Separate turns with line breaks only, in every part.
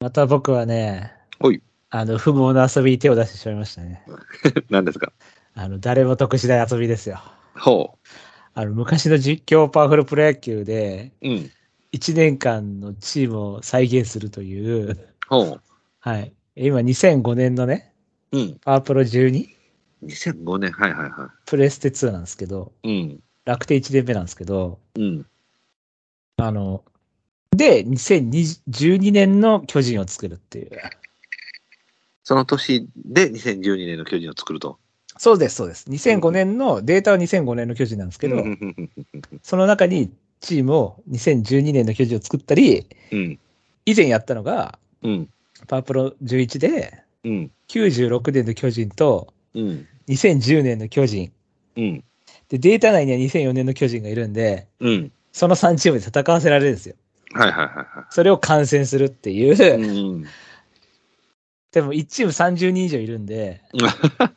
また僕はね、
おい。
あの、不毛な遊びに手を出してしまいましたね。
何ですか
あの、誰も得しない遊びですよ。
ほ
あの、昔の実況パワフルプロ野球で、
う。うん。
1年間のチームを再現するという、
ほ
はい。今、2005年のね、
う。うん。
パワープロ 12?
2005年、はいはいは
プレステ2なんですけど、
い。うん。
楽天1年目なんですけど、
うん。
あの、で、2012年の巨人を作るっていう。
その年で2012年の巨人を作ると。
そうです、そうです。2005年の、データは2005年の巨人なんですけど、
うんうん
その中にチームを2012年の巨人を作ったり、
うん。
以前やったのが、
うん。
パワープロ11で、
うん。
96年の巨人と、
うん。
2010年の巨人。
うん。
で、データ内には2004年の巨人がいるんで、
うん。
その3チームで戦わせられるんですよ。
はいはいは
それを観戦するってい、
いうはい。うん。
でも1チーム30人以上いるんで、だか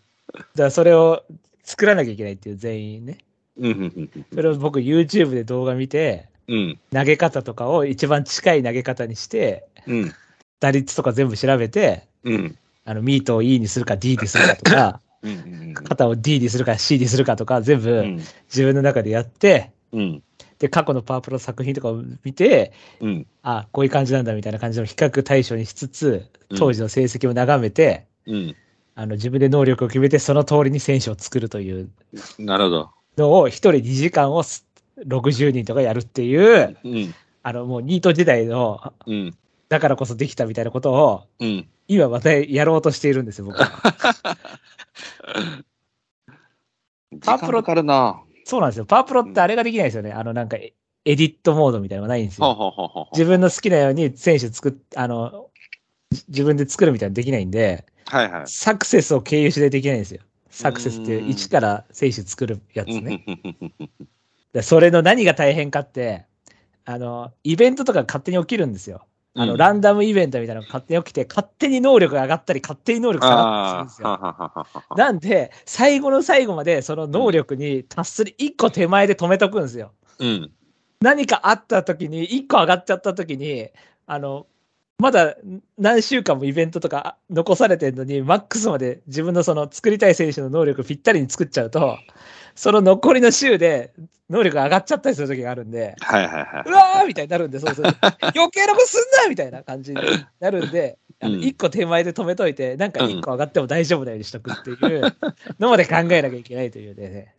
らそれを作らなきゃいけないっていう全員ね。
うん。うん。
それを僕 YouTube で動画見て、
うん。
投げ方とかを一番近い投げ方にして、
うん。
打率とか全部調べて、
うん。
あの、ミートを E にするか D にするかとか、
うん。
肩を D にするか C にするかとか、全
う
部
ん。
自分の中でやって、
うん。
で、過去のパワープロ作品とかを見て、
うん。
あ、こういう感じなんだみたいな感じの比較対象にしつつ
う、ん
当時の成績を眺めて、
うん。
あの、自分で能力を決めて、その通りに選手を作るという
なるほど。
のを、一人2時間をす60人とかやるっていう、
うん。
あの、もうニート時代の、
うん。
だからこそできたみたいなことを、
うん。
今またやろうとしているんですよ、僕は。
パプロかかるな。
そうなんですよ。パワープロってあれができないですよね。あの、なんかエ、エディットモードみたいなのがないんです
ほう
よ。
ほうほうほうほう。
自分の好きなように選手作っ、あの、じ自分で作るみたいなのできないんで、
はいはい。
サクセスを経由してできないんですよ。サクセスっていううん一から選手作るやつね。
うん
でそれの何が大変かって、あの、イベントとか勝手に起きるんですよ。あの、
うん
ランダムイベントみたいなのが勝手に起きて、勝手に能力が上がったり、勝手に能力が下がった
あ
りするんです
あ、は
よ。
はははは。
なんで、最後の最後まで、その能力に達する一個手前で止めとくんですよ。
うん。
何かあった時に、一個上がっちゃった時に、あの、まだ何週間もイベントとかあ残されてるのに、マックスまで自分のその作りたい選手の能力ぴったりに作っちゃうと、その残りの週で能力が上がっちゃったりする時があるんで、
はいはいは
うわーみたいになるんで、そうす ると余計なことすんなみたいな感じになるんで、あの
うん
一個手前で止めといて、なんか一個上がっても大丈夫なようにしとくっていう のまで考えなきゃいけないというね。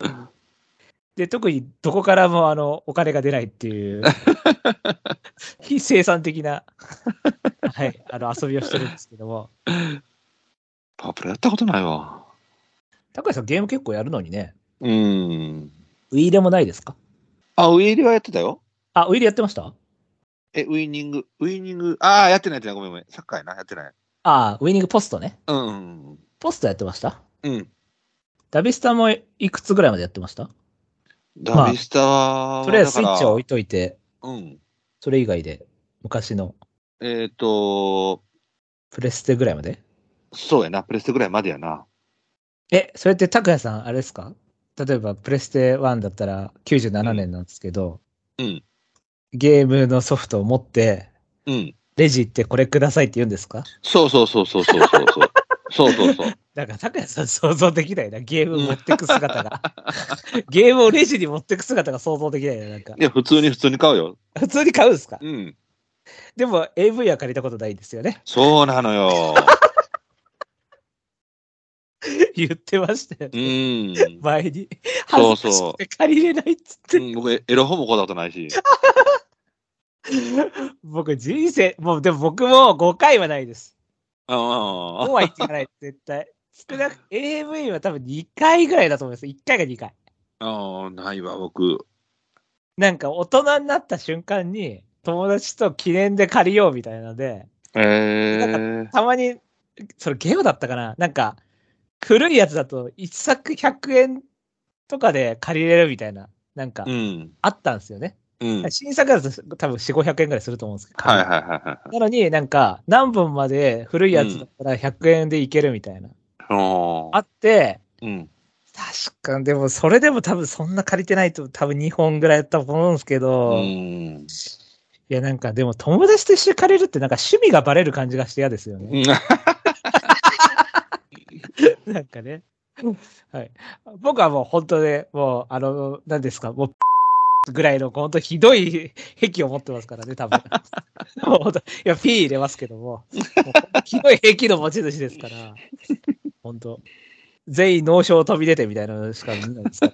で、特にどこからもあのお金が出ないって いう、非生産的な、はい、あの遊びをしてるんですけども。
パワプロやったことないわ。
高橋さん、ゲーム結構やるのにね、
うん。
ウイイレもないですか
あ、ウイイリはやってたよ。
あ、ウイイレやってました
え、ウイニング、ウイニング、ああ、やってないやってない、ごめんごめん。サッカーやな、やってない。
あー、ウイニングポストね。
うんうん
ポストやってました
うん。うん。
ダビスタもいくつぐらいまでやってました
ダビスタは、
とりあえずスイッチは置
い
いといて、
うん。
それ以外で昔の
えっ、と、
プレステぐらいまで
そうやな、プレステぐらいまでやな。
え、それって拓也さん、あれですか例えばプレステ1だったら97年なんですけど、
うん
ゲームのソフトを持って、
うん。
レジ行ってこれくださいって言うんですか
そうそうそうそうそうそう そう。そうそうそう。
なんか拓也さん想像できないな、ゲーム持ってく姿が。 ゲームをレジに持ってく姿が想像できないな、なんか
い。や、普通に普通に買うよ。
普通に買うんですか
うん。
でも AV は借りたことないんですよね。
そうなのよ。
言ってましたよ
う
ね。
ん。
前に。
そうそ
恥ずか
う
しくて借りれないっつって
う。ん、僕、エロ本も買ったことないし。
僕人生、もうでも僕も5回はないです。
うんうん
5
うん。
は言っていかない、絶対。少なく、AV は多分2回ぐらいだと思います。1回か2回。
ああ、ないわ、僕。
なんか大人になった瞬間に、友達と記念で借りようみたいなので、
ええ
たまに、それゲームだったかななんか、古いやつだと1作100円とかで借りれるみたいな、なんか
う、ん。
あったんですよね。
うん。はい
新作だと多分4、500円ぐらいすると思うんですけど。
はいはいは
なのになんか、何本まで古いやつだったら100円でいけるみたいな。
い。おー
あって、
うん。
確かに、でもそれでも多分そんな借りてないと多分2本ぐらいだったと思うんですけ
う
ど、
ん。
いや、なんかでも友達と一緒に借りるってなんか趣味がバレる感じがして嫌ですよね。
うん
なんかね。はい。僕はもう本当ね、もう、あの、何ですか、もう、ぐらいの、本当ひどい 癖を持ってますからね、多分。 もう本当いや、ピー入れますけども、もうひどい癖の持ち主ですから、本当全員脳症飛び出てみたいなのしか見ないですか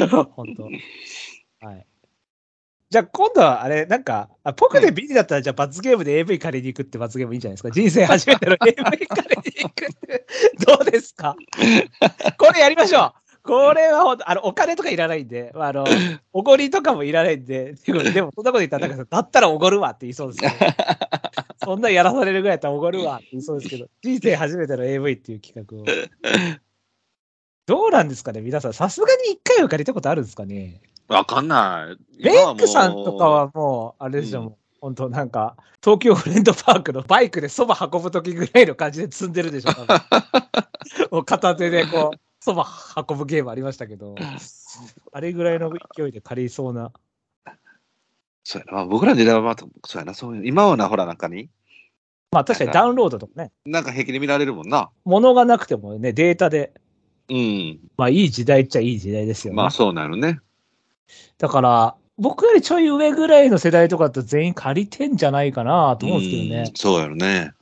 ら。 本当はい。じゃあ今度はあれ、なんか、あポクでビリだったら、じゃあ罰ゲームで AV 借りに行くって罰ゲームいいんじゃないですか。人生初めての AV 借りに行くって、 どうですかこれやりましょうこれはほんとあの、お金とかいらないんで、まあ、あの、おごりとかもいらないんで、でも、でもそんなこと言ったら、なんかだったらおごるわって言いそうですけど、そんなやらされるぐらいだったらおごるわって言いそうですけど、人生初めての AV っていう企画を。どうなんですかね皆さん、さすがに一回は借りたことあるんですかね
わかんない。
レックさんとか
は
はもう、あれでしょ、
うん
もう本当なんか、東京フレンドパークのバイクでそば運ぶときぐらいの感じで積んでるでしょ、多分 もう片手でこう、そば運ぶゲームありましたけど、あれぐらいの勢いで借りそうな。
そうやな、まあ、僕らの時代は、まあ、そうやな、そういう、今はな、ほら、なんかに、
まあ確かにダウンロードとかね、
なんか平気で見られるもんな。
物がなくてもね、データで、
うん。
まあいい時代っちゃいい時代ですよね。
まあ、そうなのね。
だから、僕よりちょい上ぐらいの世代とかだと全員借りてんじゃないかなと思うんですけどね
うん。そうやろね。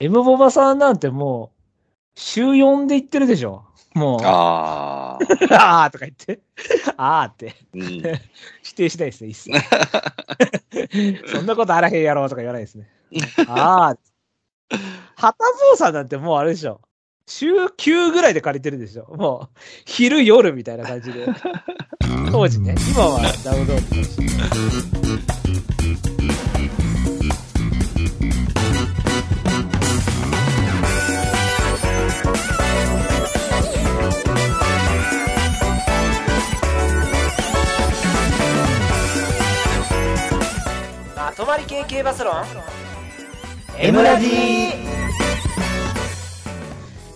M ボバさんなんてもう、週4で行ってるでしょ。もう、あ
ああ。
あーとか言って、あーって、
うん。
否定しないですね、一切。そんなことあらへんやろとか言わないですね。あーはたぼうさんなんてもうあれでしょ。週9ぐらいで借りてるでしょ。もう、昼夜みたいな感じで。当時ね、今はダウンロードかもしれないまとまり系系バスロン
M ラジ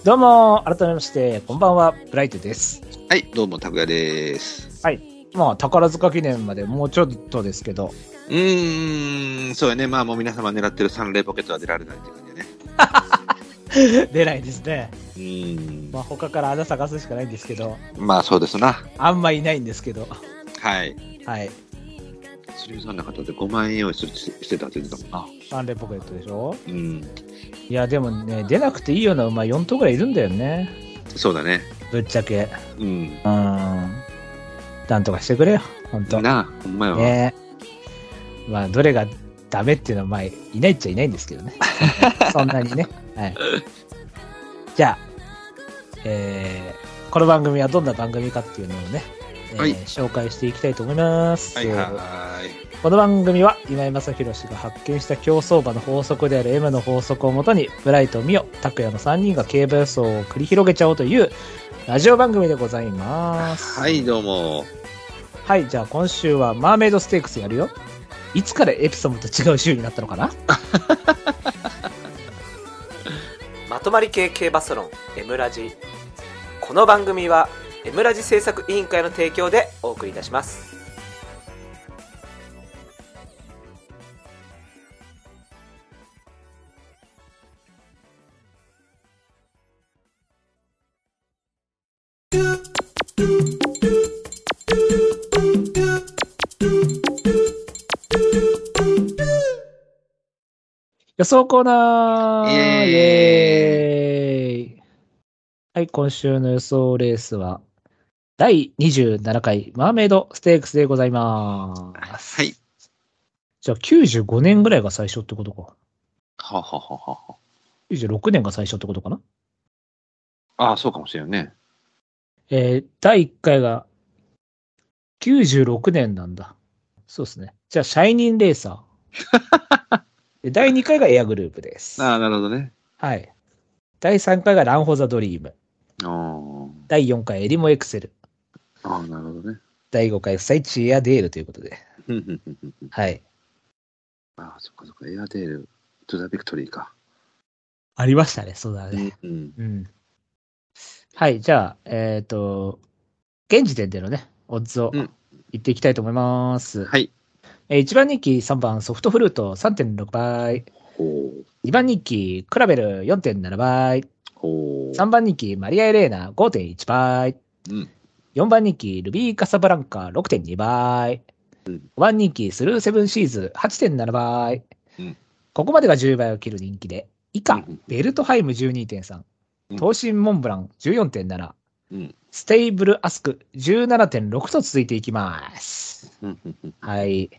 どうも改めましてこんばんはブライトです
はい、どうも、拓也です。
まあ宝塚記念までもうちょっとですけど
うーん、そうやね。まあ、もう皆様狙ってるサンレイポケットは出られないっていう感じでね。
出ないですね
うーん。
まあ他から穴探すしかないんですけど
まあ、そうですな。
あんまいないんですけど
はい。
はい
スリムさんの方で5万円用意するしてたって言ってたもんな。
サンレポケットでしょ
うん。い
いやでもね出なくていいような馬4頭ぐらいいるんだよね
そうだね。
ぶっちゃけ
うん。
うんなんとかしてくれよほんと
なあ、ほんまよ。
ねまあどれがダメっていうのはまあいないっちゃいないんです けどねそんなにね、はい、じゃあ、えーこの番組はどんな番組かっていうのをね、えー
はい
紹介していきたいと思います、
はいはい。
この番組は今井正弘氏が発見した競走馬の法則である M の法則をもとにブライト、ミオ、拓也の3人が競馬予想を繰り広げちゃおうというラジオ番組でございます。
はい、どうも。
はい、じゃあ今週はマーメイドステークスやるよ。いつからエピソードと違う週になったのかな
まとまり系系バスロン M ラジこの番組は M ラジ制作委員会の提供でお送りいたします
予想コーナー
イエーイ
イエーイはい、今週の予想レースは、第27回マーメイドステークスでございます。
はい。
じゃあ95年ぐらいが最初ってことか。
ははははは。
96年が最初ってことかな。
ああ、そうかもしれんね。
えー第1回が96年なんだ。そうですね。じゃあ、シャイニンレーサ ー。で第2回がエアグループです。
ああ、なるほどね。
はい。第3回がランホザドリーム。
あー
第4回エリモエクセル。
あー、なるほどね。
第5回フサイチエアデールということで。
ふんふんふんふんふん
はい。
ああ、そっかそっか。エアデール、トゥザビクトリーか。
ありましたね、そうだ
うん
ね。
うん。
うん。はい、じゃあ、えっ、と、現時点でのね、オッズを
うん
言っていきたいと思います。
はい。
えー1番人気3番ソフトフルート3.6倍、
ほう。
2番人気クラベル4.7倍、
ほう。
3番人気マリア・エレーナ5.1倍、
うん
4番人気ルビー・カサブランカ6.2倍、
うん
5番人気スルーセブンシーズ8.7倍、
うん
ここまでが10倍を切る人気で、以下、
うん
ベルトハイム12.3、
うん
東進モンブラン14.7、
うん
ステイブル・アスク17.6と続いていきます。
うんうんうん
はい。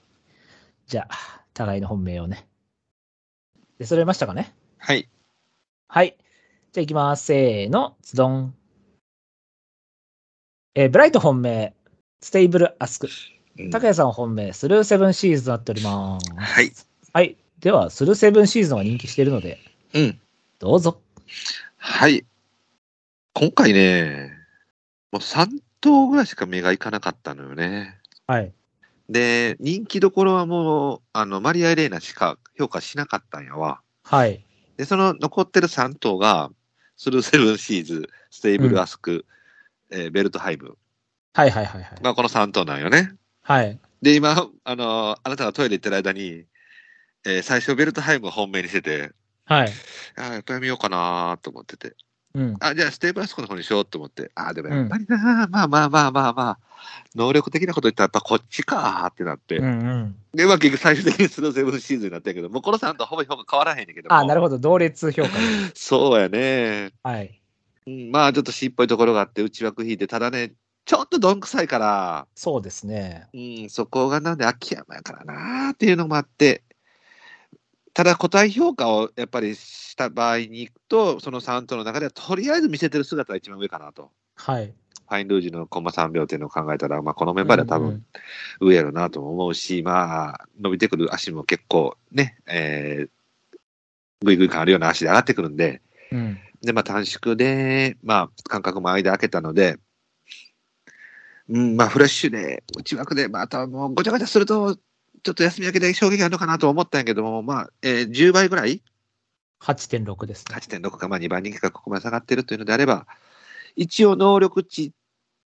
じゃあ、互いの本命をね。で、揃えましたかね
はい。
はい。じゃあ行きます。せーの、ズドン。えーブライト本命、ステイブルアスク。
うん
高谷さん本命、スルーセブンシーズとなっております。
はい。
はい。では、スルーセブンシーズンが人気しているので、
うん。
どうぞ。
はい。今回ね、もう3頭ぐらいしか目がいかなかったのよね。
はい。
で、人気どころはもう、あの、マリア・エレーナしか評価しなかったんやわ。
はい。
で、その残ってる3頭が、スルーセブンシーズ、ステイブル・アスク、えーベルト・ハイブ。
はいはいはいはい。
まあ、この3頭なんよね。
はい。
で、今、あのあなたがトイレ行ってる間に、えー最初ベルトハイムを本命にしてて、
はい。
あーやっぱやめようかなと思ってて。
うん。
あ、じゃあステーブラスコの方にしようと思って。あー、でもやっぱりな、まあまあまあまあまあ、能力的なこと言ったらやっぱこっちかーってなって。
うんうん。
で、まあ結局最終的にスローセブンシーズンになったんやけど、もうこの3とほぼ評価変わらへんねんけども。
あ、なるほど。同列評価で。
そうやね。
はい。
うんまあちょっとしっぽいところがあって内枠引いて、ただね、ちょっとどんくさいから、
そうですね。
うん、そこがなんで秋山やからなーっていうのもあって、ただ個体評価をやっぱりした場合に行くと、その3頭の中ではとりあえず見せてる姿が一番上かなと。
はい。
ファインルージュのコンマ3秒っていうのを考えたら、まあ、このメンバーでは多
うんう
分
ん
上やろうなとも思うし、まあ、伸びてくる足も結構ね、えー、ぐいぐい感あるような足で上がってくるんで、
うん。
で、まあ短縮で、まあ間隔も間空けたので、うん、まあフレッシュで、内枠で、まああとはもうごちゃごちゃすると、ちょっと休み明けで衝撃あるのかなと思ったんやけども、まあ、えー10倍ぐらい、
8.6ですね。
8.6か、まあ2番人気がここまで下がってるというのであれば、一応能力値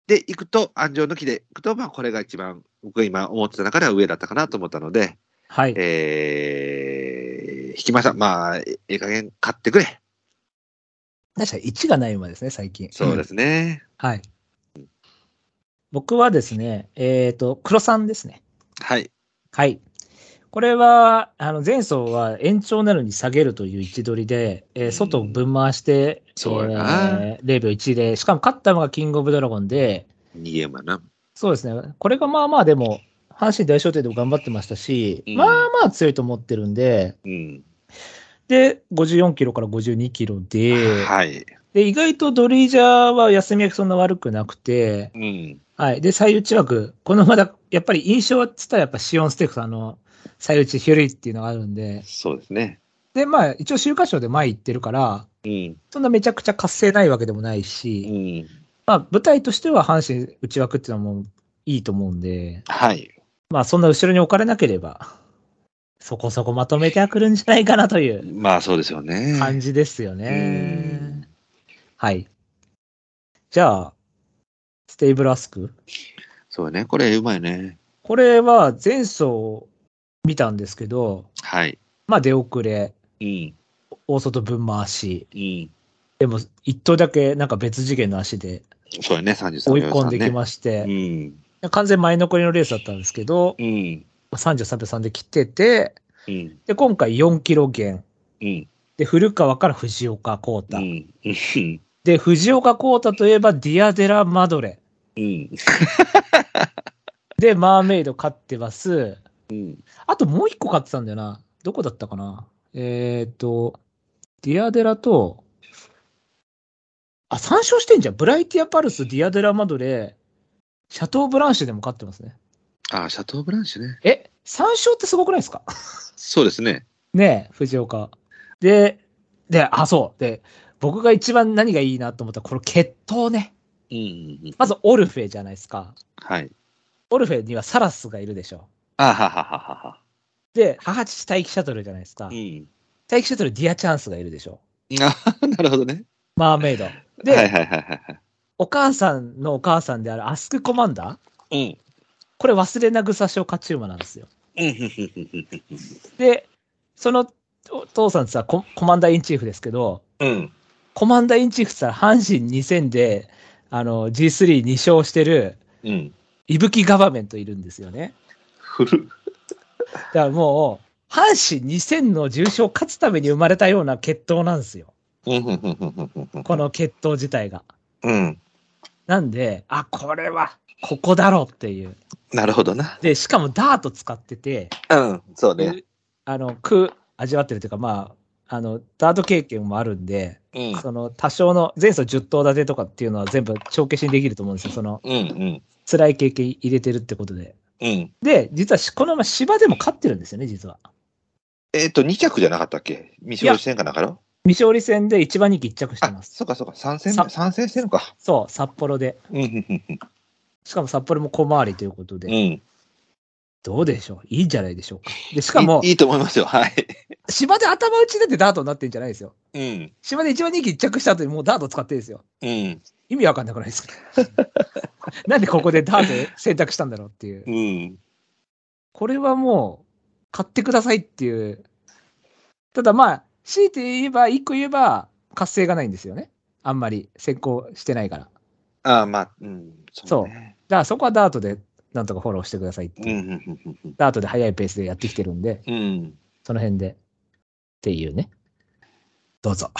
でいくと、安城抜きでいくと、まあこれが一番、僕が今思ってた中では上だったかなと思ったので、
はい。
えー、引きました。まあ、えええ加減買ってくれ。
確かに1がない馬ですね、最近。
そうですね。
はい。僕はですね、えっ、と、黒さんですね。
はい。
はい。これは、あの、前走は延長なのに下げるという位置取りで、えー外を分回して、
そうやな
えー0秒1で、しかも勝ったのがキングオブドラゴンで、
逃げ馬な。
そうですね、これがまあまあでも、阪神大賞典でも頑張ってましたし、
うん
まあまあ強いと思ってるんで、
うん。
で、54キロから52キロで、
はい。
で、意外とドリージャーは休み明けそんな悪くなくて、
うん。
はい。で、最内枠、このまだ、やっぱり印象はつったらやっぱシオンステークス、あの、最内広いっていうのがあるんで、
そうですね。
で、まあ、一応、週刊賞で前行ってるから、
うん。
そんなめちゃくちゃ活性ないわけでもないうし、
ん。
まあ、舞台としては阪神内枠っていうのはもういいと思うんで、
はい。
まあ、そんな後ろに置かれなければ、そこそこまとめてはくるんじゃないかなという
まあそうですよね。
感じですよね。はい。じゃあ、ステイブルアスク
そうね。これうまいね。
これは前走見たんですけど、
はい。
まあ出遅れ、
うん。
大外分回し、
うん。
でも一頭だけなんか別次元の足で
そうやね。33
追い
秒
込んでき
ま
まして、
うん。
完全前残りのレースだったんですけど、
うん。
33秒3で来てて、
うん。
で、今回4キロ減。
うん。
で、古川から藤岡幸
う
太。
ん。うん。
で、藤岡幸太といえばディアデラ・マドレ。
うん。
で、マーメイド勝ってます。
うん。
あともう一個勝ってたんだよな。どこだったかなえーっと、ディアデラと、あ、参照してんじゃん。ブライティア・パルス、ディアデラ・マドレ、シャトー・ブランシュでも勝ってますね。
ああ、シャトーブランシュね。
え、参照ってすごくないですか
そうですね。
ねえ、藤岡。で、で、あ、そう。で、僕が一番何がいいなと思ったら、この決闘ね。
うんうん。うん
まず、オルフェじゃないですか。
はい。
オルフェにはサラスがいるでしょ。
あははははは。
で、母父待機シャトルじゃないですか
う。ん。
待機シャトル、ディアチャンスがいるでしょ。
あなるほどね。
マーメイド。で、
はいはいはいはい
お母さんのお母さんであるアスクコマンダー
はい。
これ忘れなぐさしを勝ち馬なんですよ。
うん
で、そのお父さんさコ、コマンダーインチーフですけど、
うん。
コマンダーインチーフさ、阪神2000で、あの、G32 勝してる、
うん。
いぶきガバメントいるんですよね。
古っ
だからもう、阪神2000の重賞を勝つために生まれたような決闘なんですよ。
うんうんうんうんうんうん
この決闘自体が。
うん。
なんで、あ、これは、ここだろっていう。
なるほどな。
で、しかもダート使ってて、
うん。そうね。
あの、苦、味わってるというか、まあ、あの、ダート経験もあるんで、
うん。
その、多少の、前走10頭立てとかっていうのは全部帳消しにできると思うんですよ。その、
うんうん。
辛い経験入れてるってことで。
うん。
で、実はしこのまま芝でも勝ってるんですよね、実は。
えっと、2着じゃなかったっけ未勝利してんかなから
未勝利戦で一番人気1着して
あ
ま、す。
そうかそうか。参戦、
さ
参戦してるのか。
そう、札幌で。
うんうんうんうん。
しかも札幌も小回りということで、
うん。
どうでしょういいんじゃないでしょうか。で、しかも
いい、いいと思いますよ。はい。
芝で頭打ちになってダートになってんじゃないですよ。
うん。
芝で一番人気1着した後にもうダート使ってるんですよ。
うん。
意味わかんなくないですか なんでここでダート選択したんだろうっていう
う。ん。
これはもう、買ってくださいっていう。ただまあ、強いて言えば、一個言えば、活性がないんですよね。あんまり先行してないから。だか
ああ、まあ、うん。ね
らそこはダートで、なんとかフォローしてくださいって
うん
いう。
うんうんうん
ダートで速いペースでやってきてるんで、
うん。うん。
その辺で。っていうね。どうぞ。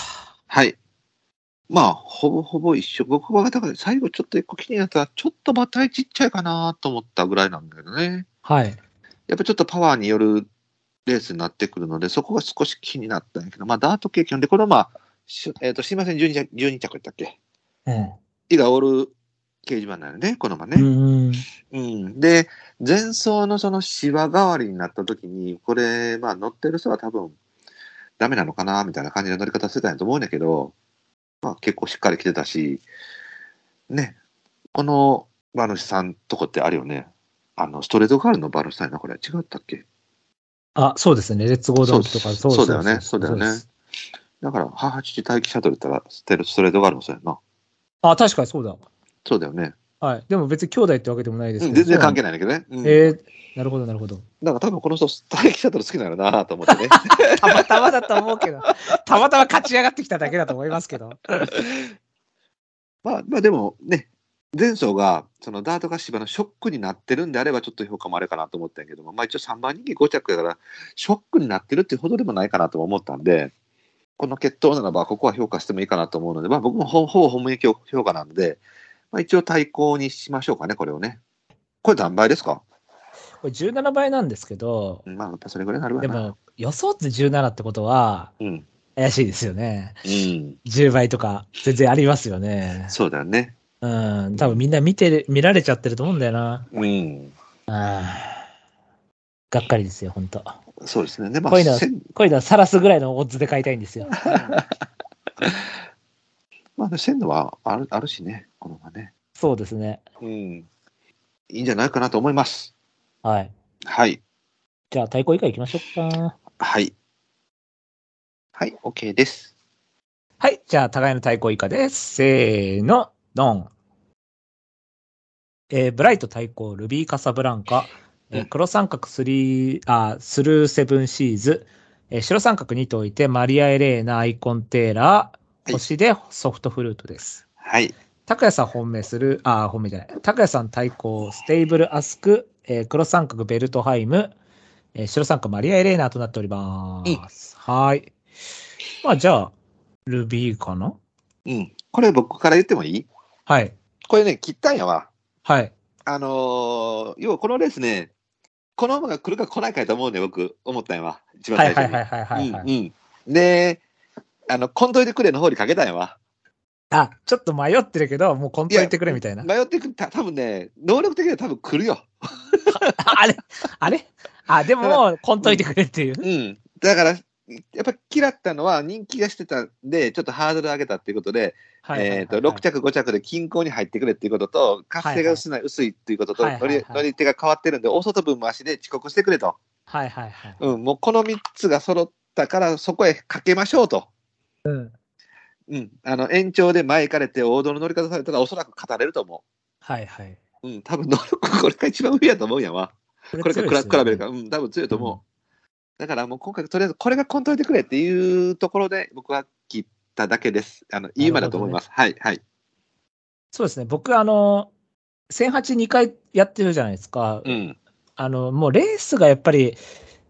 はい。まあ、ほぼほぼ一緒。僕は、だから最後ちょっと一個気になったら、ちょっと馬体ちっちゃいかなと思ったぐらいなんだけどね。
はい。
やっぱちょっとパワーによるレースになってくるので、そこが少し気になったんやけど、まあ、ダート経験で、これはまあ、しえっ、と、すいません、12着、12着やったっけ
うん。
イがオール掲示板なのね、この馬
う
ね。
ん。
うん、で、前走のそのシワ代わりになった時に、これ、まあ、乗ってる人は多分、ダメなのかな、みたいな感じの乗り方してたんやと思うんだけど、まあ、結構しっかり来てたし、ね、この馬主さんとこってあるよね。あの、ストレートガールの馬主さんやな、これ。違ったっけ
あ、そうですね。レッツゴーダウンとか、
そうそうだよね。そうだよね
です。
だから、母父待機シャトルって言ったら、ステルストレートがあるのそうやな。
あ、確かにそうだ。
そうだよね。
はい。でも別に兄弟ってわけでもないです
う
けど。
ん全然関係ないんだけどね。うん
えー、なるほど、なるほど。
なんか多分この人、待機シャトル好きなのかなと思ってね。
たまたまだと思うけど、 たまたま勝ち上がってきただけだと思いますけど。
まあ、まあでもね、前走が、そのダートが芝のショックになってるんであれば、ちょっと評価もあれかなと思ったんやけども、まあ一応3番人気5着だから、ショックになってるっていうほどでもないかなとも思ったんで、この決闘ならば、ここは評価してもいいかなと思うので、まあ僕もほほぼ本命評価なんで、まあ一応対抗にしましょうかね、これをね。これ何倍ですか
これ17倍なんですけど、
まあ、やっぱそれぐらいになるわ
で
な。
も予想値17ってことは
うん。
怪しいですよね。
うん。
10倍とか全然ありますよね。
そうだよね。
うん、多分みんな見てる、見られちゃってると思うんだよな。
うん。
あーがっかりですよ、本当。
そうですね。で、ま
こう
あ、
いうのは
せん
こういうのはさらすぐらいのオッズで買いたいんです よ。
まあ、鮮度はあるあるしね、このままね。
そうですね。
うん。いいんじゃないかなと思います。
はい。
はい。
じゃあ、対抗以下行きましょうか。
はい。はい、OK です。
はい。じゃあ、互いの対抗以下です。せーの、ドン。えーブライト対抗、ルビーカサブランカ、えー
うん
黒三角スリー、あー、スルーセブンシーズ、えー白三角にといて、マリア・エレーナ、アイコン・テーラ
い
ー、星でソフトフルートです。
はい。
拓也さん本命する、あー、本命じゃない。拓也さん対抗、ステーブル・アスク、えー黒三角、ベルトハイム、えー白三角、マリア・エレーナとなっております。はーい。まあ、じゃあ、ルビーかな
うん。これ僕から言ってもいい
はい。
これね、切ったんやわ。
はい。
あのー要はこのレースね、この馬が来るか来ないかやと思うね、僕、思ったんやわ。一番
は
最
い
初
は
に。
いはいはいはい、はい
うん、うん。で、あの、コントイでくれの方にかけたんやわ。
あ、ちょっと迷ってるけど、もうコント言ってくれみたいな。
迷ってくる、た多分ね、能力的には多分来るよ。
あれあれあ、でも、コント言ってくれっていう。
うん。だから、やっぱ嫌ったのは人気がしてたんで、ちょっとハードル上げたっていうことで、
はいはいはいはい
えっと、6着、5着で均衡に入ってくれっていうことと、活性が薄ない、薄いっていうことと、
はいはい
乗
はい
り、乗り手が変わってるんで、大外分足で遅刻してくれと。
はいはいはい。
うん、もうこの3つが揃ったから、そこへかけましょうと。
うん。
うん。あの、延長で前行かれて、王道の乗り方されたら、おそらく語れると思
はいはい。
う。うん、多分能力、これが一番上やと思うやんわ。これが
強い
比
っす
べ
よね
比べるか、うん、多分強いと思う。だからもう今回、とりあえずこれがコントロールでくれっていうところで、僕は切っただけです。あの、いい馬だと思います。はい、はい。
そうですね、僕、あの、1008、2回やってるじゃないですか。
うん。
あの、もうレースがやっぱり、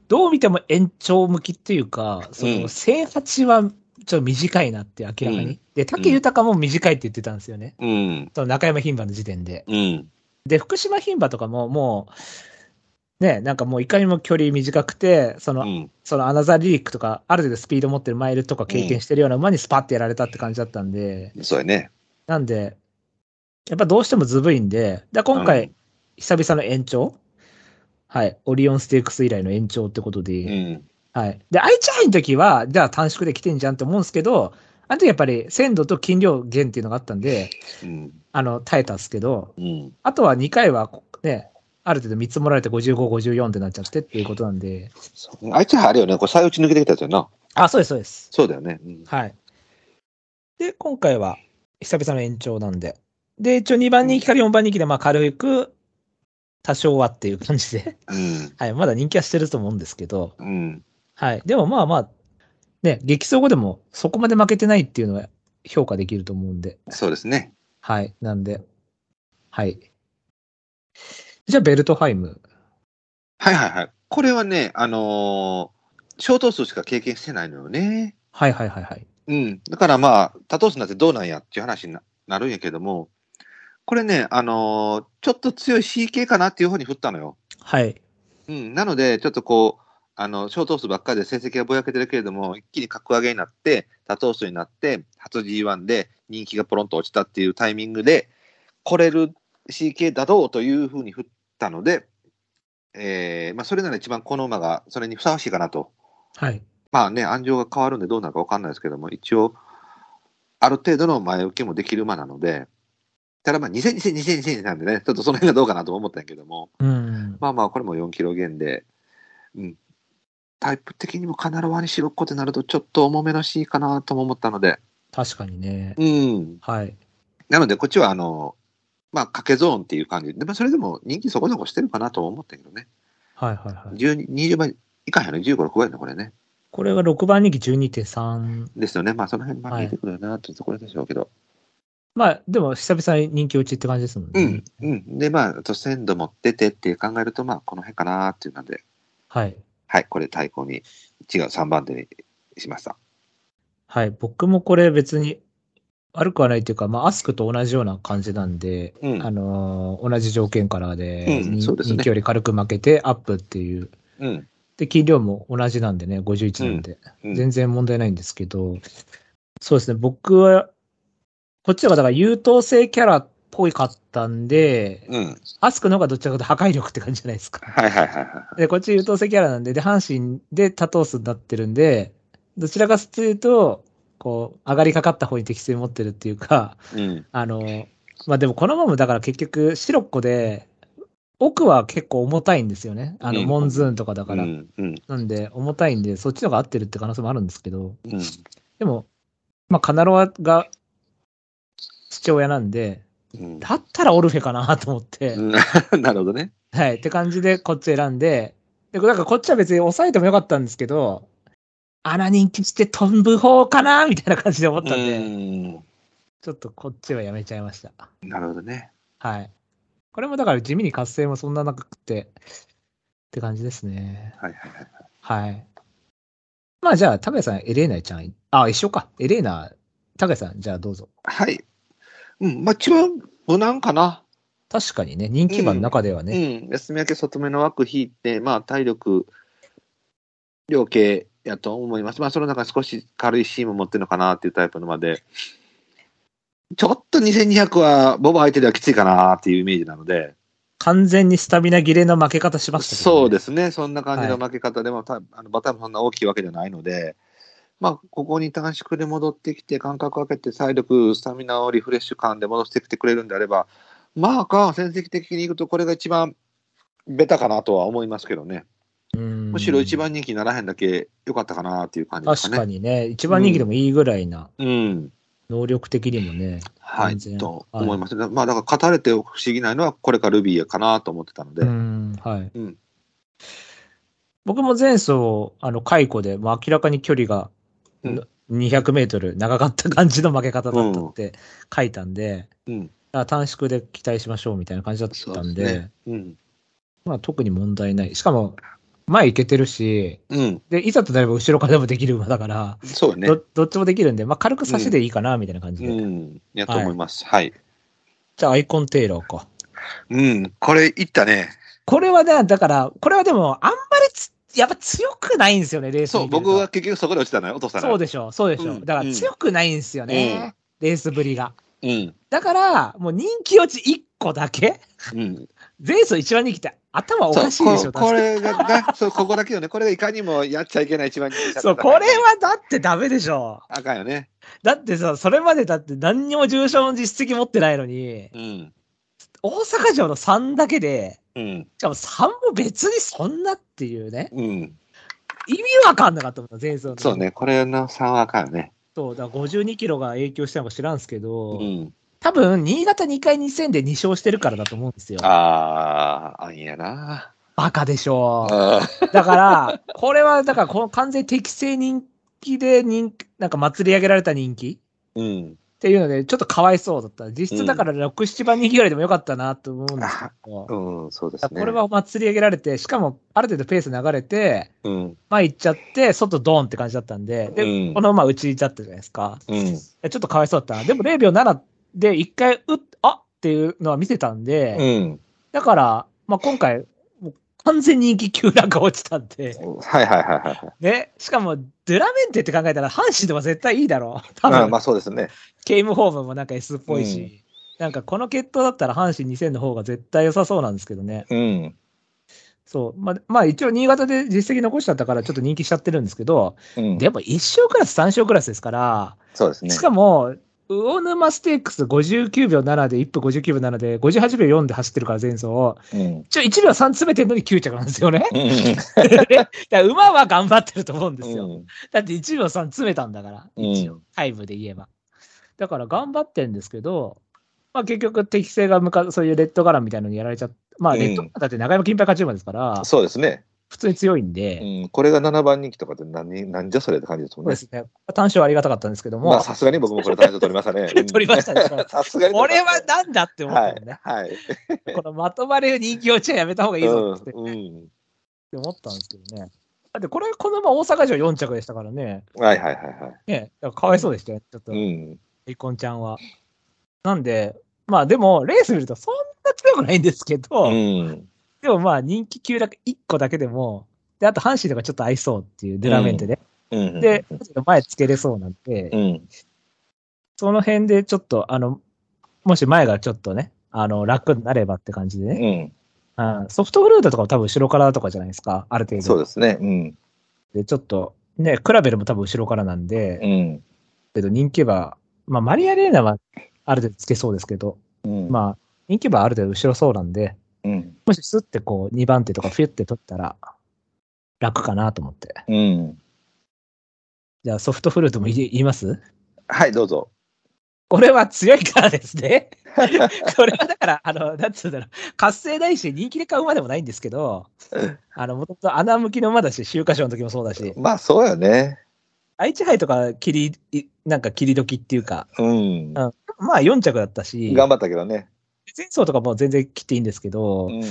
どう見ても延長向きっていうか、その、
うん
1008はちょっと短いなって、明らかに。
うん
で、武豊も短いって言ってたんですよね。
うん。
その中山牝馬の時点で。
うん。
で、福島牝馬とかも、もう、ね、なんかもういかにも距離短くて、その、
うん。
そのアナザーリリックとか、ある程度スピード持ってるマイルとか経験してるような馬にスパッてやられたって感じだったんで、
そうやね。
なんで、やっぱどうしてもずぶいんで、だから今
う
回、久々の延長、はい、オリオンステークス以来の延長ってことで、
うん。
はい。で、愛知杯の時は、じゃあ短縮で来てんじゃんって思うんですけど、あの時やっぱり鮮度と筋量減っていうのがあったんで、
うん。
あの、耐えたんですけど、
うん。
あとは2回はこね、ある程度見積もられて55、54ってなっちゃってっていうことなんで、
そうあいつはあれよね、これ、最打ち抜けてきたやつよな。
あ、そうです、そうです。
そうだよね。うん。
はい。で、今回は久々の延長なんで。で、一応2番人気から4番人気で、まあ軽く、多少はっていう感じで、
うん。
はい、まだ人気はしてると思うんですけど、
うん。
はい。でもまあまあ、ね、激走後でもそこまで負けてないっていうのは評価できると思うんで、
そうですね。
はい。なんで、はい。じゃあ、ベルトハイム。
はいはいはい。これはね、あのー、小投数しか経験してないのよね。
はいはいはいはい。
うん。だからまあ、多投数なんてどうなんやっていう話にななるんやけども、これね、あのーちょっと強い CK かなっていう方に振ったのよ。
はい。
うん。なので、ちょっとこう、あの、小投数ばっかりで成績がぼやけてるけれども、一気に格上げになって、多投数になって、初 G1 で人気がポロンと落ちたっていうタイミングで、来れる CK だろうというふうに振ったので、えー、まあ、それなら一番この馬が、それにふさわしいかなと。
はい。
まあね、安情が変わるんでどうなるか分かんないですけども、一応、ある程度の前受けもできる馬なので、ただまあ2000、2000、2000、2000なんでね、ちょっとその辺がどうかなとも思ったんやけども、
うん。
まあまあ、これも4キロ減で、うん、タイプ的にもカナロワに白っ子ってなると、ちょっと重めらしいかなとも思ったので、
確かにね。
うん、
はい。
なので、こっちはあの、まあ、掛けゾーンっていう感じで、まあ、それでも人気そこそこしてるかなとも思ったけどね、
はいはいはい。
12 20倍いかへんの、15、6倍のこれね。
これは6番人気12.3。
ですよね、まあ、その辺まあ
はい
見えてくるよなというところでしょうけど。
まあ、でも久々に人気落ちって感じですもん
う
ね。
ん、うん。で、まあ、あと鮮度持っててって考えると、まあ、この辺かなっていうので、
はい。
はい、これ対抗に、違う、3番手にしました。
はい。僕もこれ別に悪くはないというか、まあ、アスクと同じような感じなんで、
うん
あのー同じ条件からで、
うん
に
そうですね
人気より軽く負けてアップっていう。
うん。
で、筋量も同じなんでね、51なんで、
うんうん
全然問題ないんですけど、そうですね、僕は、こっちの方がだから優等生キャラっぽいかったんで、
うん。
アスクの方がどっちかというと破壊力って感じじゃないですか。
はいはいはいは
で、こっち優等生キャラなんで、で、阪神で多投数になってるんで、どちらかというと、こう、上がりかかった方に適性持ってるっていうか、
い。うん。
あの、まあ、でもこのままだから結局、白っ子で、奥は結構重たいんですよね。あ
う
の、
ん
モンズーンとかだ
う
から。
ん。うん。
なんで、重たいんで、そっちの方が合ってるって可能性もあるんですけど、
うん。
でも、まあ、カナロアが父親なんで、
うん
だったらオルフェかなと思って、
うん なるほどね。
はい、って感じでこっち選んで、で、なんかこっちは別に抑えてもよかったんですけど、穴人気して飛ぶ方かなみたいな感じで思ったんで、
うん
ちょっとこっちはやめちゃいました。
なるほどね。
はい。これもだから地味に活性もそんななくて、って感じですね。
はいはいはい。
はい。まあじゃあ、高谷さん、エレーナちゃん、あ、一緒か。エレーナ、高谷さん、じゃあどうぞ。
はい。うん。まあ、一番無難かな。
確かにね、人気馬の中ではね。
うん、休み明け外目の枠引いて、まあ、体力、量刑やと思います。まあ、その中に少し軽いシーンも持ってるのかなっていうタイプのまで、ちょっと2200は、ボブ相手ではきついかなっていうイメージなので、
完全にスタミナ切れの負け方しましたけど、ね。。
そうですすね、そんな感じの負け方でも、たあのバターもそんな大きいわけじゃないので、まあ、ここに短縮で戻ってきて、間隔を空けて、体力、スタミナをリフレッシュ感で戻してきてくれるんであれば、まあか、戦績的にいくと、これが一番ベタかなとは思いますけどね。む
む
しろ一番人気にならへんだけ良かったかなっていう感じです
確
か
か
ね。
にね、一番人気でもいいぐらいな、
うん。
能力的にもね。
は
全
い。
然
と
はい
思います。まあ、だから、語れて不思議ないのは、これからルビーかなと思ってたので、
うん、はい。
うん
僕も前走、あの、解雇で、もう明らかに距離が
うん
200メートル長かった感じの負け方だったって書いたんで、
うん。
あ短縮で期待しましょうみたいな感じだったんで、
ね。うん。
まあ特に問題ない。しかも、前行けてるし、
うん。
で、いざとなれば後ろからでもできる馬だから、
そうね。
どどっちもできるんで、まあ軽く差しでいいかな、みたいな感じ
う
で。
ん。やと思います。はい。
じゃあアイコンテイラーか。
うん。これ、いったね。
これはね、だから、これはでも、あんまりつやっぱ強くないんですよね、レース
そ
見
う、
てると
僕は結局そこで落ちたのよ、お父さんが
そうでしょう、そうでしょう。
うん
だから強くないんですよね、レースぶりが。
うん。
だから、もう人気落ち1個だけ
うん。
前走一番人気って頭おかしいでし
そ
ょ、
うここ
確か
れが、なそう、ここだけよね。これがいかにもやっちゃいけない一番人気者
そう、
だ
これ。はだってダメでしょ。
あかんよね。
だってさ、それまでだって何にも重賞の実績持ってないのに、
うん。
大阪城の3だけで、
うん。
しかも3も別にそんなっていうね、
うん。
意味わかんなかったもんな、前走の。
そう。ね。これの3はあかんよね。
そう、だから52キロが影響したのか知らんすけ
う
ど、
ん。
多分、新潟2回2戦で2勝してるからだと思うんですよ。
あー、あんやな。
バカでしょ。
あー
だから、これは、だから、この完全適正人気で人気、なんか祭り上げられた人気
うん。
っていうので、ちょっとかわいそうだった。実質だから6、7番人気ぐらいでもよかったなと思うんです
あ
けど、
うん、そうで
だ
す
から
ね。
これは祭り上げられて、しかも、ある程度ペース流れて、
うん。
まあ行っちゃって、外ドーンって感じだったんで、で、
うん
このまま打ちだったじゃないですか。
うん。
ちょっとかわいそうだったな。でも0秒7で1回打っ、あっていうのは見せたんで、
うん。
だから、まあ、今回、もう完全に人気急落が落ちたんで、
はいはいはいはいはい。
ね、しかも、デュラメンテって考えたら、阪神でも絶対いいだろう。多
まあ、
分、
まあそうですね。
ゲームフォームもなんか S っぽいし、なんかこの決闘だったら阪神2000の方が絶対良さそうなんですけどね。
うん。
そう。まあ、まあ、一応新潟で実績残しちゃったから、ちょっと人気しちゃってるんですけど、
うん。
でも1勝クラス、3勝クラスですから、
そうですね
し。かも、魚沼ステークス59秒7で、1分59秒7で、58秒4で走ってるから、前走。
うん。
一応1秒3詰めてるのに9着なんですよ ね。
うん
だから馬は頑張ってると思うんですよ。
うん
だって1秒3詰めたんだから、
うん
一応、タイムで言えば。だから頑張ってるんですけど、まあ結局適性が向かう、そういうレッドガランみたいなのにやられちゃっまあ
うん
レッドガランだって中山金牌勝ち馬ですから、
そうですね。
普通に強いんで、
うん。これが7番人気とかって何、何じゃそれって感じですも
そ
ん
うで
ね。
すね。単勝ありがたかったんですけども、
まあさすがに僕もこれ単勝取りましたね。うん
取りましたねそれ
さすがに。
俺はなんだって思った
は
よ
い
ね。。
はい。
このまとまり人気落ちはやめた方がいいぞって
うん。うん
って思ったんですけどね。だってこれ、このまま大阪城4着でしたからね。
はいはいはいは
ね、だからかわいそうでしたよ、ちょっと。
い。うん。
アイコンちゃんは。なんで、まあでも、レース見るとそんな強くないんですけど、
うん。
でもまあ人気急落1個だけでも、で、あと阪神とかちょっと合いそうっていうデュラメンテで、
うん。
で、ちょっと前つけれそうなんで、
うん。
その辺でちょっと、あの、もし前がちょっとね、あの、楽になればって感じで
う
ね、
ん。
うんソフトフルートとかも多分後ろからとかじゃないですか、ある程度。
そうですね。うん。
で、ちょっと、ね、クラベルも多分後ろからなんで、
うん。
けど人気馬、まあマリアレーナはある程度つけそうですけど、
うん。あ。
まあ、人気馬ある程度後ろそうなんで、
うん。
もしスッてこう、2番手とかフィュって取ったら、楽かなと思って。
うん。
じゃあソフトフルートも言い言います
はい、どうぞ。
これは強いからです ね。これはだから、あの、なんつうんだろう、活性ないし、人気で買う馬でもないんですけど、あの、もともと穴向きの馬だし、週刊賞の時もそうだし、
まあそうよね。
愛知杯とか切り、いなんか切り時っていうか、
うん。
うんまあ4着だったし、
頑張ったけどね。
前走とかも全然切っていいんですけど、
う
ま
ん。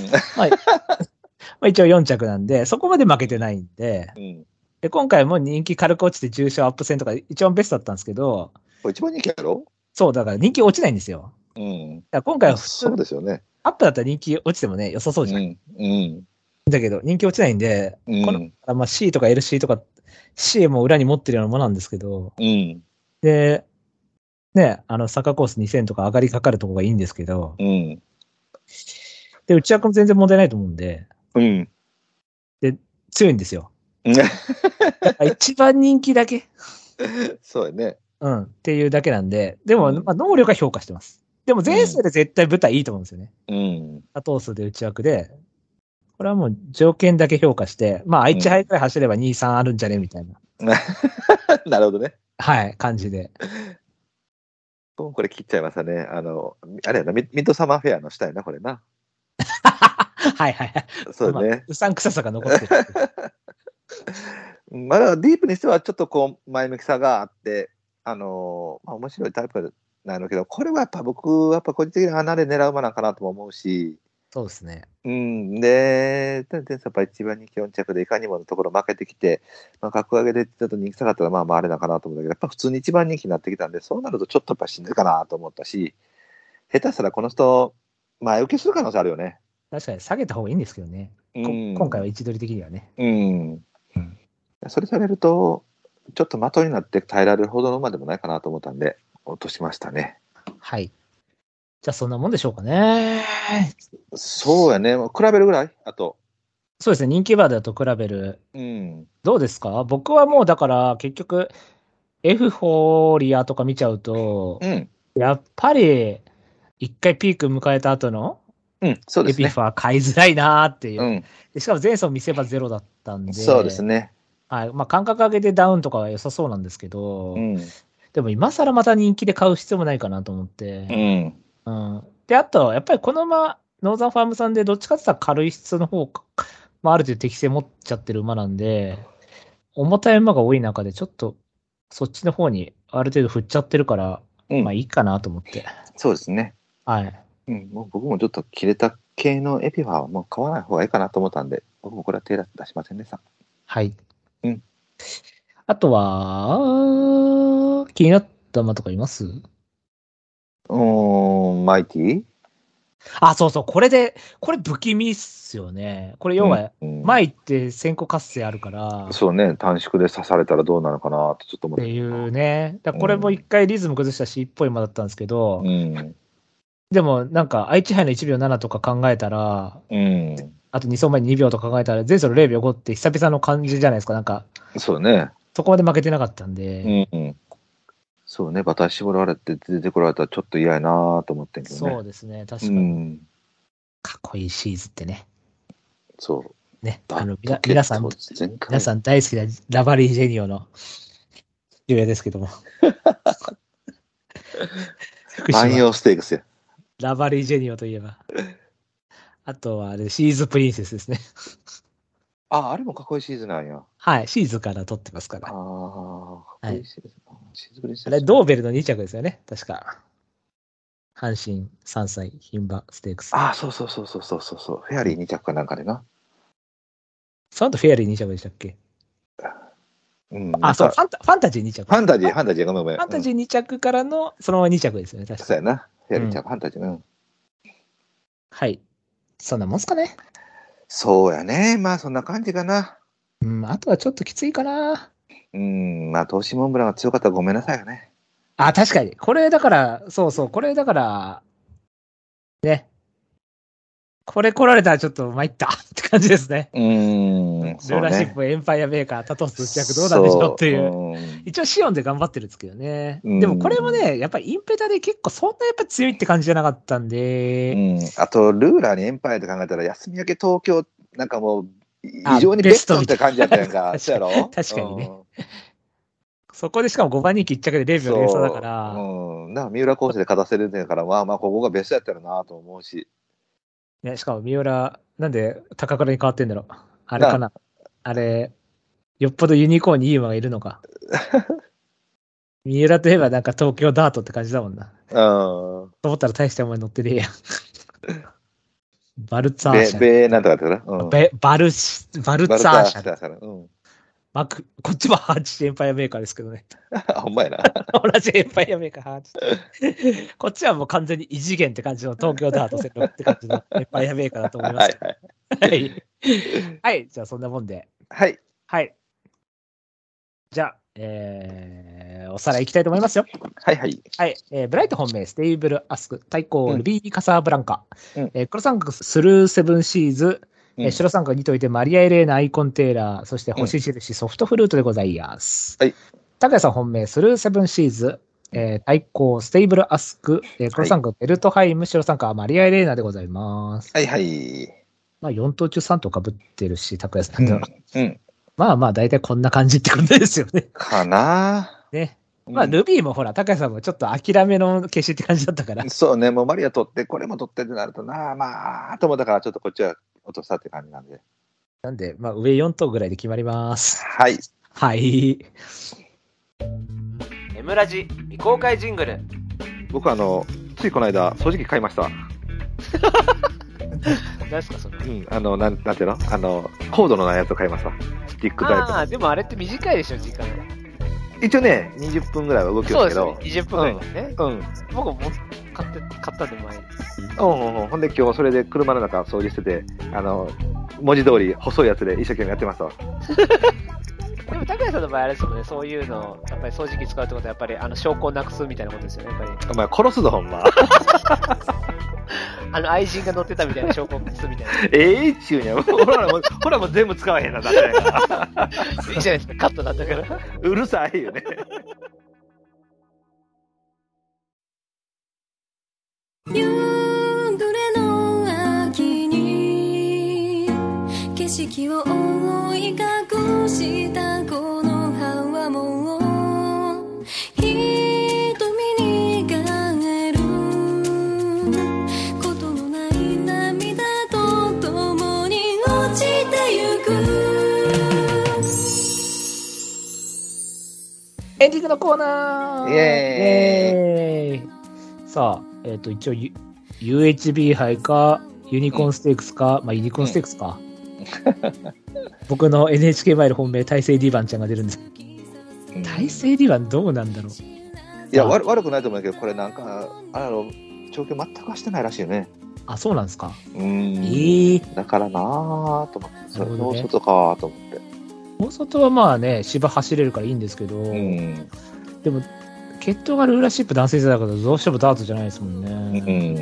あ一応4着なんで、そこまで負けてないんで、
うん。
で、今回も人気軽く落ちて重賞アップ戦とか一番ベストだったんですけど、
これ一番人気やろ
そう、だから人気落ちないんですよ。
うん。
だから今回は普通
そうですよね。
アップだったら人気落ちてもね、良さそうじゃん。
ん。うん。
だけど、人気落ちないんで、
うん
このまあ C とか LC とか、CA も裏に持ってるようなものなんですけど、
うん。
で、ね、あの、坂コース2000とか上がりかかるとこがいいんですけど、
うん。
で、内枠も全然問題ないと思うんで、
うん。
強いんですよ。だから一番人気だけ、
そうやね。
うん、っていうだけなんで、でも、
うん
まあ、能力は評価してます。でも、前世で絶対舞台いいと思うんですよね。
うん。
多頭数で内枠で、これはもう条件だけ評価して、まあ、愛知杯くらい走れば2、3あるんじゃねみたいな、
なるほどね。
はい、感じ で。
これ切っちゃいましたね。あの、あれやな、ミミッドサマーフェアの下やな、これな。
はいはいはい。
そう
ま
だ
あ
ね。
うさんくささが残ってる。
まあ、だからディープにしてはちょっとこう前向きさがあって、あのーまあ、面白いタイプなのけどこれはやっぱ僕はやっぱ個人的に離れ狙う馬なんかなとも思うし、
そうですね。
うん、でテンテンさんやっぱ一番人気4着でいかにものところ負けてきて、まあ、格上げでちょっと人気下がったらまあまああれなのかなと思うんだけどやっぱ普通に一番人気になってきたんでそうなるとちょっとやっぱしんどいかなと思ったし下手したらこの人前受けする可能性あるよね。
確かに下げた方がいいんですけどね。
う
こ
ん
今回は位置取り的にはね。
うん。それされると、ちょっと的になって耐えられるほどの馬でもないかなと思ったんで、落としましたね。
はい。じゃあそんなもんでしょうかね。
そうやね。比べるぐらいあと。
そうですね。人気バーだと比べる。
うん。
どうですか僕はもうだから結局、F フォーリアとか見ちゃうと
う、ん。
やっぱり、一回ピーク迎えた後の
うん。そうで
エ
す
ピ
ね。
ファ買いづらいなーっていうう。
ん。
でしかも前走見せ場ゼロだったんで。
そうですね。
はい。まあ間隔上げでダウンとかは良さそうなんですけど、
うん。
でも今更また人気で買う必要もないかなと思っ
う
て。
ん。
うん。で、あと、やっぱりこのまま、ノーザンファームさんでどっちかって言ったら軽い質の方か、まあある程度適性持っちゃってる馬なんで、重たい馬が多い中でちょっと、そっちの方にある程度振っちゃってるから、
うん
まあいいかなと思って。
そうですね。
はい。
うん。もう僕もちょっと切れた系のエピファーはもう買わない方がいいかなと思ったんで、僕もこれは手出しませんでした。
はい。
うん。
あとは、気になった馬とかいます
うーん。マイティ
あ、そうそう、これで、これ不気味っすよね。これ要は、、
うん
前って先行活性あるから、
そうね。短縮で刺されたらどうなのかなってちょっと思っ。
ってていうね。だからこれも一回リズム崩したし、一歩今だったんですけど、
うん。
でもなんか愛知杯の1秒7とか考えたら、
うん。
あと2走前に2秒とか考えたら、前走の0秒5って久々の感じじゃないですか。なんか、
そうね。
そこまで負けてなかったんで、
うん。そうね、バター絞られて出てこられたらちょっと嫌やなと思ってんけどね。
そうですね。確か
う
に、
ん。
かっこいいシリーズってね。
そう。
ね。
だ
あの
っ、
みな
て
皆さん
そう、です前回
皆さん大好きなラバリー・ジェニオの父親ですけ ども。福島
万葉ステークスや。
ラバリー・ジェニオといえば。あとはあれ、シーズ・プリンセスですね。
あ、あれもかっこいいシーズンなんや。
はい、シーズから取ってますか
ああ、
ら。
か
あ
っこいいシーズン。シーズンぶりにした
れ、ドーベルの2着ですよね、確か。阪神3歳牝馬ステークス。
ああ、そうそうそうそうそうそうそう。フェアリー2着かなんかでな。
その後フェアリー2着でしたっけ
うん。
あ、そう、
なん
フ
か
ァンタファンタジー2着。
ファンタジー、
フ
ファンタジー、ごめんごめん。
ァンタジ
ー。
ー2着からの、そのまま2着ですよね、確
そう
か。
やな。フェアリー2着、ファンタジー。うん。
はい。そんなもんすかね。
そうやね。まあ、そんな感じかな。
うん、あとはちょっときついかな。
うん。まあ、投資モンブランが強かったらごめんなさいよね。
あ、確かに。これだから、そうそう、これだから、ね。これ来られたらちょっと参ったって感じですね。
うん。
ル
そ
ー
う
ラシ
ね
ッ。プ、エンパイアメーカー、タトス1着どうなんでしょうっていう。
そうん
一応シオンで頑張ってるんですけどね。
うん
でもこれもね、やっぱりインペタで結構そんなやっぱ強いって感じじゃなかったんで、
うんあと、ルーラーにエンパイアって考えたら、休み明け東京、なんかもう、
あ
異常にベストっ
ベストみたい。
て感じやったやんかそうやろ
確かにね。そこでしかも5番人気1着で
うん
0秒連
そ
鎖
う
だから、
うん。なんか三浦コースで勝たせるんだから、まあまあ、ここがベストやったらなと思うし。
ね、しかも三浦、なんで高倉に変わってんだろう。あれかな。あれ、よっぽどユニコーンにいい馬がいるのか。三浦といえばなんか東京ダートって感じだもんな。
うん。
と思ったら大した馬に乗ってねえやん。バルツァー
ベ
シャ、
ベーなんとかだったかな。うん
ベバルシ、バルツァ
バルタ
ー
ー
シ
シャ
ャ。
だから。うん。
マク、こっちもハーチエンパイアメーカーですけどね。
あ、ほんまやな。
同じエンパイアメーカーハーチ。こっちはもう完全に異次元って感じの東京ダート戦力って感じのエンパイアメーカーだと思いま
は
す
い。 はい。
はい。はい、じゃあそんなもんで。
はい。
はい。じゃあ、えーおさらいいきたいと思いますよ。
はいはい。
はい。えーブライト本命、ステイブル・アスク、対抗、
うん
ルビー・カサーブランカ、
うん
えー黒三角、スルー・セブン・シーズ、え
う
ー
ん
白三角にといて、マリア・エレーナ、アイコン・テーラー、そして星印、ソフトフルートでございます。
はい。
高谷さん本命、スルー・セブン・シーズ、えー対抗、ステイブル・アスク、えー黒三角、ベルトハイム、白三角、マリア・エレーナでございます。
はいはい。
まあ、4頭中3頭かぶってるし、高谷さんの、
うん。
まあまあ、大体こんな感じってことですよね。
かな
ね。まあ、
うん
ルビーもほら、高橋さんもちょっと諦めの消しって感じだったから。
そうね、もうマリア取って、これも取ってってなるとな、まあ、と思ったから、ちょっとこっちは落としたって感じなんで。
なんで、まあ、上4頭ぐらいで決まります。
はい。
はい。
エムラジ未公開ジングル
僕あの、ついこの間、掃除機買いました。
何ですかその
うん、あの、なん、なんていうのあの、コードのないやつを買いました。スティックタイプ
ああでもあれって短いでしょ時間が
の。一応ね、20分ぐらいは動き
そう
ま
です
け
すね
ど。
20分ぐらいですね、
うん。
僕も買って買ったんで前に
うんうんうん、ほんで今日それで車の中掃除してて、あの、文字通り細いやつで一生懸命やってましたわ。
でも、高谷さんの場合、あれですもんね、そういうの、やっぱり掃除機使うってことは、やっぱり、あの、証拠をなくすみたいなことですよね、やっぱり。
お前殺すぞほんま。
あの、愛人が乗ってたみたいな証拠を消すみ たいな。
ええっちゅうには、ほらもう、ほらもう全部使わへんな、だって。
いいじゃないですか、カットなんだから。
うるさいよね。
夕暮れの秋に景色を覆い隠したこの葉はもう瞳に輝ることのない涙と共に落ちてゆく
エンディングのコーナー
イエ
イエーイさあ、えっ、と、一応、U- UHB 杯か、ユニコーンステークスか、まあ、ユニコーンステークスか。僕の NHK マイル本命、大勢 D 番ちゃんが出るんです。大勢 D 番どうなんだろう
いや、悪悪くないと思うけど、これなんか、あれやろ、調教全くしてないらしいよね。
あ、そうなんですか。
うーん。
ええー。
だからなぁと思って、それ
なるほど
の
ね
外かぁと思って。
大外はまあね、芝走れるからいいんですけど、
うん。
でも、血統がルーラーシップ男性世代だからどうしてもダートじゃないですもんね。
うん。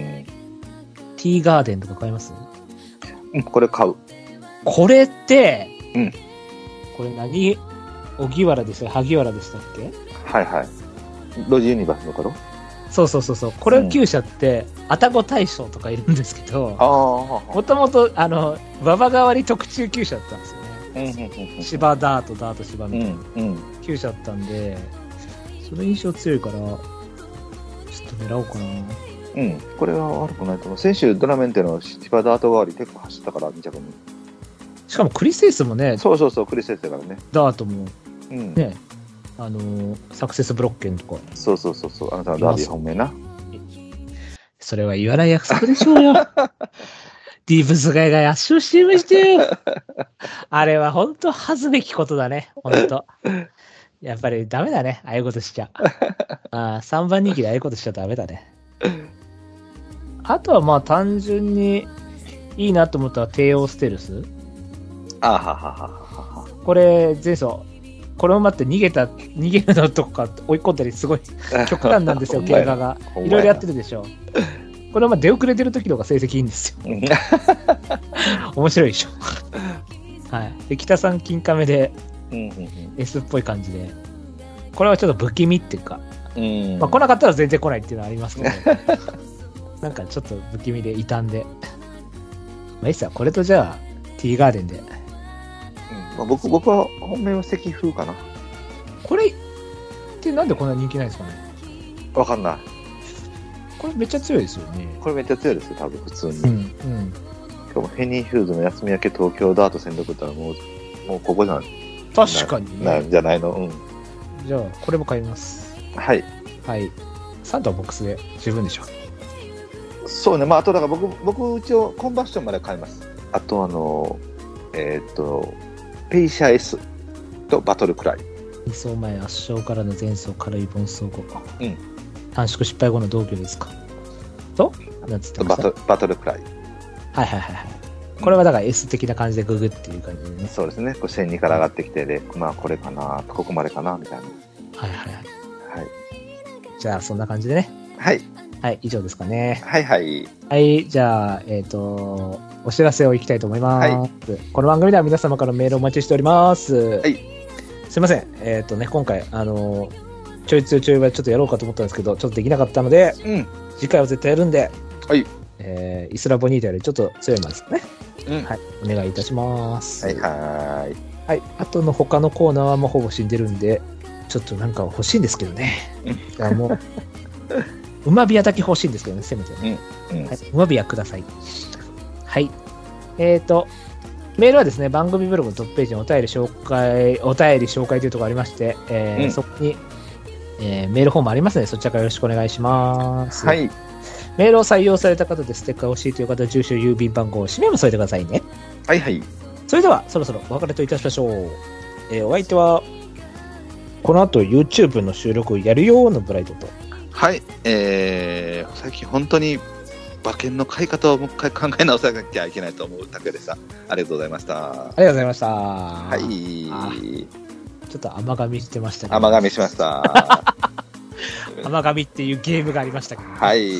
ティーガーデンとか買います
うんこれ買う。
これって、
うん
これ何荻原でした萩原でしたっけ
はいはい。ロジユニバースの頃
そうそうそうそう。これ旧社って、アタゴ大将とかいるんですけど、
ああ。
もともと、あの、馬場代わり特注旧社だったんですよね。
うんうん
芝ダート、ダート芝みたいな。
うん。うん。
旧社だったんで、その印象強いから、ちょっと狙おうかな。
うん、これは悪くないと思う。先週ドラメンテのシティバダート代わり結構走ったから、2着に。
しかもクリスエスもね、
そうそうそう、クリス先生からね。
ダートも
うん。
ね、あのーサクセスブロッケンとか、
そうそうそうそう、あなたのダービー本命な。
それは言わない約束でしょうよ。ディープスガイが圧勝していましたよ。あれは本当恥ずべきことだね、本当。やっぱりダメだね、ああいうことしちゃ。ああ、3番人気でああいうことしちゃダメだね。あとはまあ単純にいいなと思ったのは帝王ステルス。
あはははは
これ、前走、これを待って逃げた、逃げるのとか追い込んだり、すごい
は。
極端なんですよ、
ほ
競
まや
馬が。
ほんまやない
ろいろやってるでしょ。これはまあ出遅れてる時の方が成績いいんですよ。
うん
面白いでしょ。はい。で、北さん金亀で
うんうん
S っぽい感じで。これはちょっと不気味っていうか、
うんうん
まあ来なかったら全然来ないっていうのはありますけど、 なんかちょっと不気味で異端で。まあいいっすよ、これとじゃあ、ティーガーデンで。
うんまあ僕僕は本命は石風かな。
これってなんでこんな人気ないんですかね
わかんない。
これめっちゃ強いですよね。
これめっちゃ強いですよ、多分普通に。
うん、
し
うん。
かもフェニーヒューズの休み明け東京ダート戦力ったらもう、もうここじゃない
確かに、
な
ね。
んじゃないの。うん。
じゃあ、これも買います。
はい。
はい。サンドはボックスで十分でしょ。
そうね、まあ、あとだから僕、僕、一応、コンバッションまで買います。あと、あの、えーっ、と、ペイシャ S とバトルくらい。
2走前圧勝からの前走軽い盆走後。
うん
短縮失敗後の同居ですか。と、なんつってま
バ
し
ト
た
バトルくらい。
はいはいはいはい。これはだから S 的な感じでググっていう感じでね。
そうですね、こう1002から上がってきて、で、まあ、これかな、ここまでかな、みたいな。
はいはいはい。
はい。
じゃあ、そんな感じでね。
はい、
はい、以上ですかね。
はい、はい。
はい、じゃあ、えっ、と、お知らせをいきたいと思います、この番組では皆様からのメールをお待ちしております。
い
すいません、えっ、とね、今回、あの、ちょいつよちょいはちょっとやろうかと思ったんですけど、ちょっとできなかったので、
うん、
次回は絶対やるんで、
はい。
えーイスラボニータよりちょっと強いものですね。
うん
はい、お願いいたします。
はい、はーい。
はい、あとの他のコーナーはもうほぼ死んでるんで、ちょっとなんか欲しいんですけどね。いやもう、 馬ビアだけ欲しいんですけどね、せめてね。
うん
はい、馬ビアください。はい。えっ、と、メールはですね、番組ブログのトップページにお便り紹介、お便り紹介というところがありまして、えー
うん
そこに、えーメールフォームありますので、そちらからよろしくお願いします。
はい。
メールを採用された方でステッカー欲しいという方、住所、郵便番号、氏名も添えてくださいね。
はいはい。
それでは、そろそろお別れといたしましょう。えーお相手は、この後 YouTube の収録をやるよーのブライトと。
はい。えー、最近本当に馬券の買い方をもう一回考え直さなきゃいけないと思う竹でした。ありがとうございました。は
ありがとうございました。あ
い。
ちょっと甘噛みしてましたけど
甘噛みしました。
甘噛みっていうゲームがありましたけど、
は。い。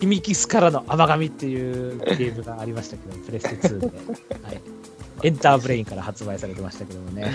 イミキスからの甘噛みっていうゲームがありましたけど、プレステ2で。はいエンターブレインから発売されてましたけどもね。